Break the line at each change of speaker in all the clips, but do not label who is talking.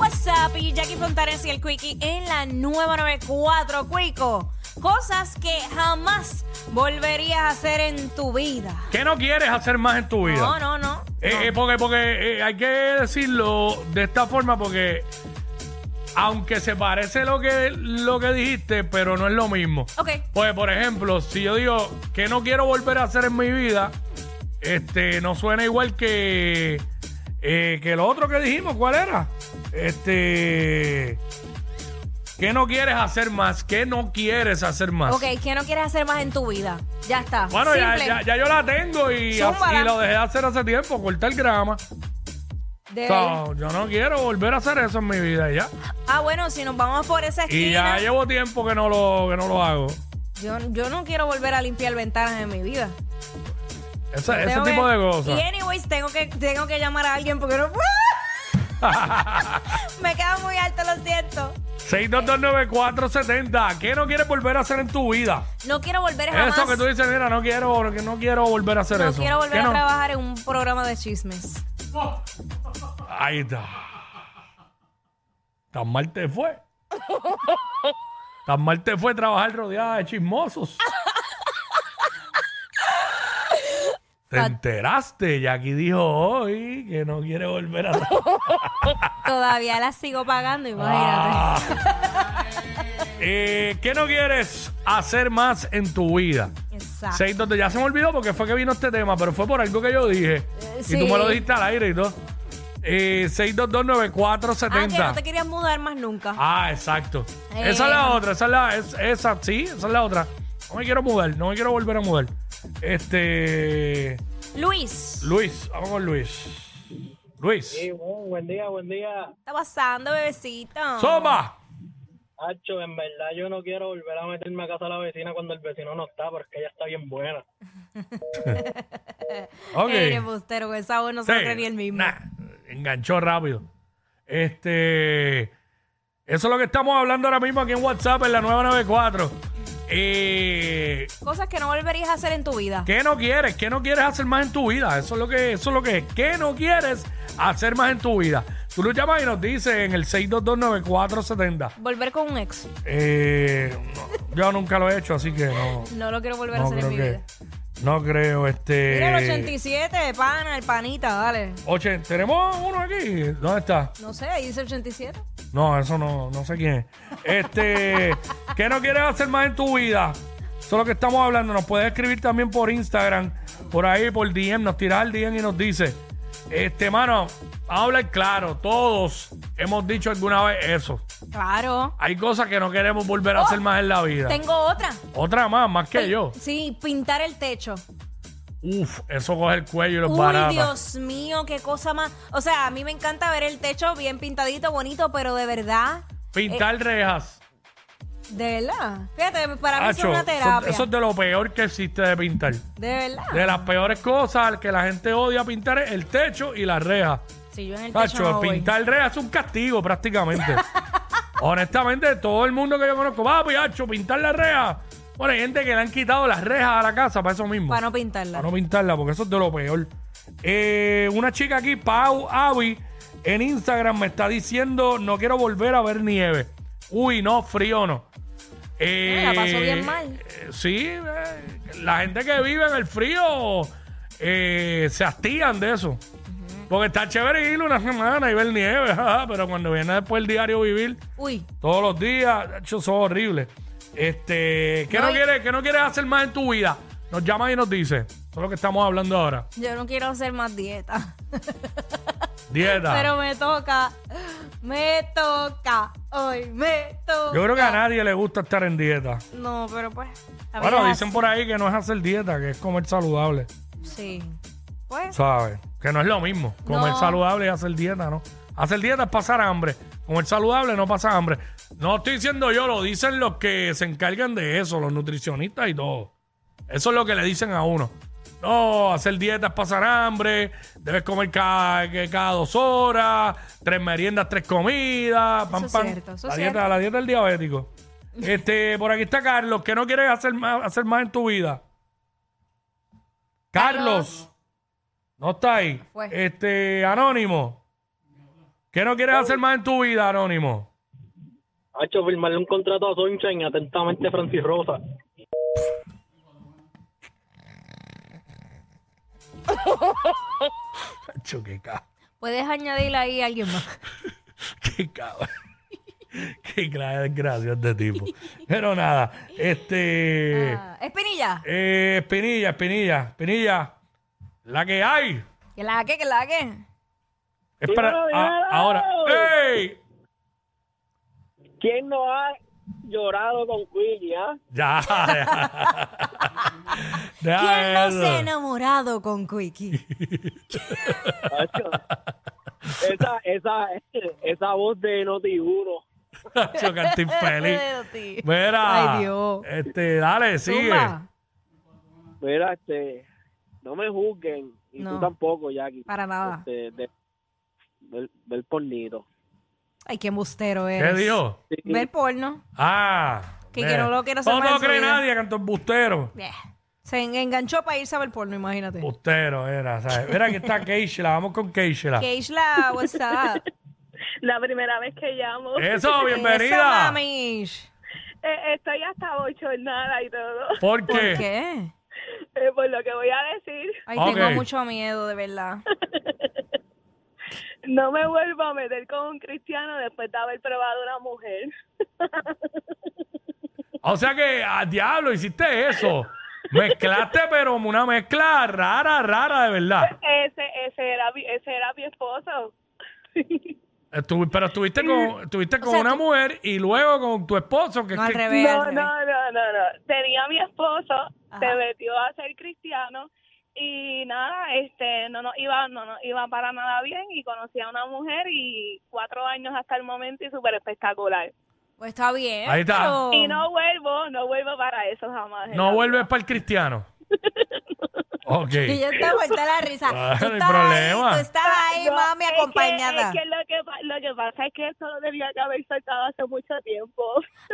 WhatsApp y Jackie Fontanes y el Quickie en la nueva 94 Quico. Cosas que jamás volverías a hacer en tu vida.
¿Qué no quieres hacer más en tu vida?
No, no, no.
Eh,
no.
eh, porque porque eh, hay que decirlo de esta forma porque aunque se parece lo que, lo que dijiste, pero no es lo mismo.
Ok.
Pues por ejemplo, si yo digo que no quiero volver a hacer en mi vida, este no suena igual que eh, que lo otro que dijimos, ¿cuál era? Este ¿Qué no quieres hacer más? ¿Qué no quieres hacer más?
Ok, ¿qué no quieres hacer más en tu vida? Ya está.
Bueno, ya,
Simple.
ya- ya yo la tengo y,
Zúmbala.
y lo dejé de hacer hace tiempo, cortar grama.
De verdad.
So, yo no quiero volver a hacer eso en mi vida ya.
Ah, bueno, si nos vamos por esa
Y
esquina.
ya llevo tiempo que no lo, que no lo hago.
Yo, yo no quiero volver a limpiar ventanas en mi vida.
Ese, ese
Tengo
tipo
que-
de cosas.
Y anyways, tengo que, tengo que llamar a alguien porque no puedo. Me queda muy alto, lo siento.
6229470. ¿Qué no quieres volver a hacer en tu vida?
No quiero volver jamás.
Eso que tú dices, mira, no quiero, que no quiero volver a hacer
no
eso.
quiero volver
¿Qué
a
no?
trabajar en un programa de chismes.
Ahí está. Tan mal te fue. Tan mal te fue trabajar rodeada de chismosos. Te enteraste, Jackie dijo hoy que no quiere volver a
Todavía las sigo pagando, imagínate.
Ah. Eh, ¿Qué no quieres hacer más en tu vida?
Exacto.
Seis, donde ya se me olvidó porque fue que vino este tema, pero fue por algo que yo dije.
Eh, sí.
Y tú me lo dijiste al aire y todo. Eh,
Ah, que no te
6229470.
querías mudar más nunca.
Ah, exacto.
Eh.
Esa es la otra, esa es la, es- esa, sí, esa es la otra. No me quiero mudar, no me quiero volver a mudar. Este,
Luis,
Luis, vamos con Luis. Luis,
Sí, bueno, buen día, buen día.
¿qué está pasando, bebecito?
Soma.
Eh,
Hacho, en verdad yo no quiero volver a meterme a casa de la vecina cuando el vecino no está, porque ella está bien buena.
Ok.
Eres embustero, con esa voz no se
Sí,
lo cree ni el mismo.
nah, enganchó rápido. Este. Eso es lo que estamos hablando ahora mismo aquí en WhatsApp en la 994. Eh,
Cosas que no volverías a hacer en tu vida.
¿Qué no quieres? ¿Qué no quieres hacer más en tu vida? Eso es lo que, eso es lo que es. ¿Qué no quieres hacer más en tu vida? Tú lo llamas y nos dices en el 6229470.
Volver con un ex.
Eh, no, yo nunca lo he hecho, así que no.
No lo quiero volver a
No
hacer en
creo
mi
que.
vida.
No creo, este.
Mira el 87, pana, el panita, dale.
Ochen- ¿Tenemos uno aquí? ¿Dónde está?
No sé, ahí dice 87.
No, eso no, no sé quién es. Este, ¿qué no quieres hacer más en tu vida? Eso es lo que estamos hablando. Nos puedes escribir también por Instagram, por ahí, por DM, nos tiras al DM y nos dice, este, mano, habla claro, todos hemos dicho alguna vez eso.
Claro.
Hay cosas que no queremos volver a hacer más en la vida.
Oh, Tengo otra.
Otra más, más que yo.
Sí, pintar el techo.
Uf, eso coge el cuello y los
Uy,
baratas.
Dios mío, qué cosa más. O sea, a mí me encanta ver el techo bien pintadito, bonito, pero de verdad, Eh,
Pintar rejas.
de verdad. Fíjate, para mí eso es
Hacho,
una terapia.
eso es de lo peor que existe de pintar.
De verdad.
De las peores cosas que la gente odia pintar es el techo y las rejas.
Si yo en el techo
Tacho,
no voy.
pintar rejas es un castigo prácticamente. Honestamente, todo el mundo que yo conozco, va, hacho, pintar las rejas. Bueno, hay gente que le han quitado las rejas a la casa para eso mismo.
Para no pintarla.
Para Ah, no pintarla, porque eso es de lo peor. Eh, una chica aquí, Pau Avi, en Instagram me está diciendo, no quiero volver a ver nieve. Uy, no, frío no. Eh,
Ah, la pasó bien mal.
eh, sí, eh, la gente que vive en el frío eh, se hastían de eso. Porque está chévere ir una semana y ver nieve, ajá, pero cuando viene después el diario vivir
Uy,
todos los días, eso es horrible. Este, ¿qué
No,
no,
y-
quieres, qué no quieres hacer más en tu vida? Nos llama y nos dice. Eso es lo que estamos hablando ahora.
yo no quiero hacer más dieta.
Dieta.
Pero me toca. Me toca. Hoy me toca.
Yo creo que a nadie le gusta estar en dieta.
No, pero pues. la
Bueno,
vida es
dicen por ahí que no es hacer dieta, que es comer saludable.
así. Sí. Pues,
¿sabes? Que no es lo mismo. Comer
No.
saludable y hacer dieta, ¿no? Hacer dieta es pasar hambre. Comer saludable no pasa hambre. No estoy diciendo yo, lo dicen los que se encargan de eso, los nutricionistas y todo. Eso es lo que le dicen a uno. No, hacer dieta es pasar hambre, debes comer cada, que cada dos horas, tres meriendas, tres comidas, pam,
es
pam.
cierto, eso
la,
es
dieta,
cierto.
la dieta del diabético. Este, por aquí está Carlos, que no quieres hacer más, hacer más en tu vida. Carlos. No está ahí.
Fue.
Este, Anónimo. ¿Qué no quieres hacer más en tu vida, Anónimo?
Ha hecho firmarle un contrato a Sunshine atentamente Francis Rosa.
Cacho, qué cabrón.
puedes añadirle ahí a alguien más.
Qué cabrón. qué clara desgracia este tipo. Pero nada, este.
Ah, Espinilla.
eh, Espinilla, Espinilla, Espinilla. La que hay.
Que la que, que la que.
Es para.
Dímelo,
a-
dímelo.
ahora. ¡Ey!
¿Quién no ha llorado con Quilly, ah?
Ya. ya. Deja
¿Quién no
eso.
se ha enamorado con Quickie?
Hacho, esa, esa, esa voz de Noti 1.
Cacho, canto infeliz.
Tío.
Mira.
Ay, Dios.
Este, dale, sigue.
Zumba.
Mira, este, no me juzguen, y
No.
tú tampoco, Jackie.
Para nada.
Este, de- del, del pornito.
Ay, qué embustero
¿Qué
eres.
dijo?
Ver porno.
Ah.
Que-
mira.
que no lo quiero hacer
No,
más
no
en su
cree
vida.
nadie, canto embustero.
Bleh. Se en- enganchó para irse a ver porno, imagínate.
Embustero era, ¿sabes? Mira, aquí está Keishla, vamos con Keishla.
Que isla WhatsApp.
La primera vez que llamo.
Eso,
Eso,
bienvenida.
mami.
Eh, estoy hasta bochornada y todo.
¿Por
¿Por
qué?
qué?
Eh, por lo que voy a decir,
Ay,
Ok.
tengo mucho miedo, de verdad.
no me vuelvo a meter con un cristiano después de haber probado una mujer.
O sea que, a diablo, hiciste eso. Mezclaste, pero una mezcla rara, rara, de verdad.
Ese, ese, era, mi, ese era mi esposo.
Estuvi- pero estuviste con, estuviste con
Mm. sea,
una
tú-
mujer y luego con tu esposo. Que,
No, al
que-
revés.
No,
al
no,
revés.
no, no, no. Tenía a mi esposo,
Ajá.
se metió a ser cristiano y nada, este, no nos iba, no nos iba para nada bien y conocí a una mujer y cuatro años hasta el momento y súper espectacular.
Pues está bien.
Ahí está.
pero-
Y no vuelvo, no vuelvo para eso jamás. en la
no vuelves para el cristiano. Ok.
Y ya está vuelta la risa.
Ah,
Tú
no hay
estás
problema.
Ahí, tú estás ahí,
No,
mami,
es que-
acompañada.
Es que, lo, que pa- lo que pasa es que eso lo debía que haber soltado hace mucho tiempo.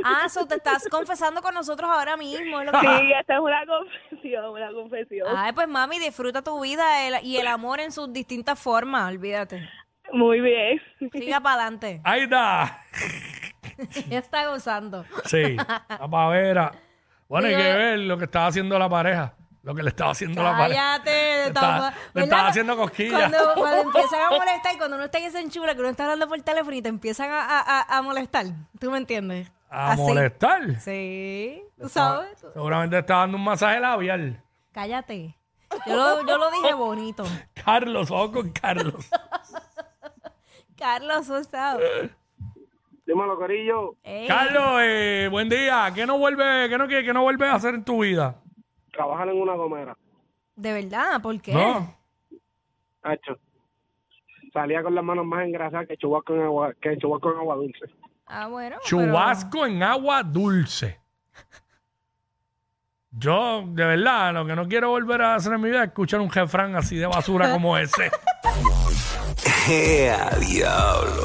Ah, so te estás confesando con nosotros ahora mismo. es lo que-
Sí, esta es una confesión, una confesión.
Ay, pues mami, disfruta tu vida el- y el amor en sus distintas formas, olvídate.
Muy bien.
Siga para adelante.
Ahí está.
Ella está gozando.
Sí, la pavera. Bueno, hay que
Mira.
ver lo que estaba haciendo la pareja. Lo que le estaba haciendo la pareja.
Cállate.
está-
toma.
le
¿Verdad?
estaba haciendo cosquillas.
Cuando, cuando empiezan a molestar, cuando uno está en esa enchula, que uno está hablando por teléfono y te empiezan a, a- a- a molestar. ¿Tú me entiendes?
A
Así.
molestar.
Sí. ¿Tú sabes? Tú-
Seguramente estaba dando un masaje labial.
Cállate. Yo lo, yo lo dije bonito.
Carlos, vamos con Carlos.
Carlos, ¿tú sabes?
Dímelo, Corillo.
Ey,
Carlos, eh, buen día. ¿Qué no vuelve, qué no, qué, qué no vuelves a hacer en tu vida?
Trabajan en una gomera.
De verdad, ¿por qué?
¿No?
Hacho. Salía con las manos más engrasadas que chubasco en agua, que chubasco en agua dulce.
Ah, bueno. pero-
Chubasco en agua dulce. Yo, de verdad, lo que no quiero volver a hacer en mi vida es escuchar un jefrán así de basura como ese.
¡Ea, diablo!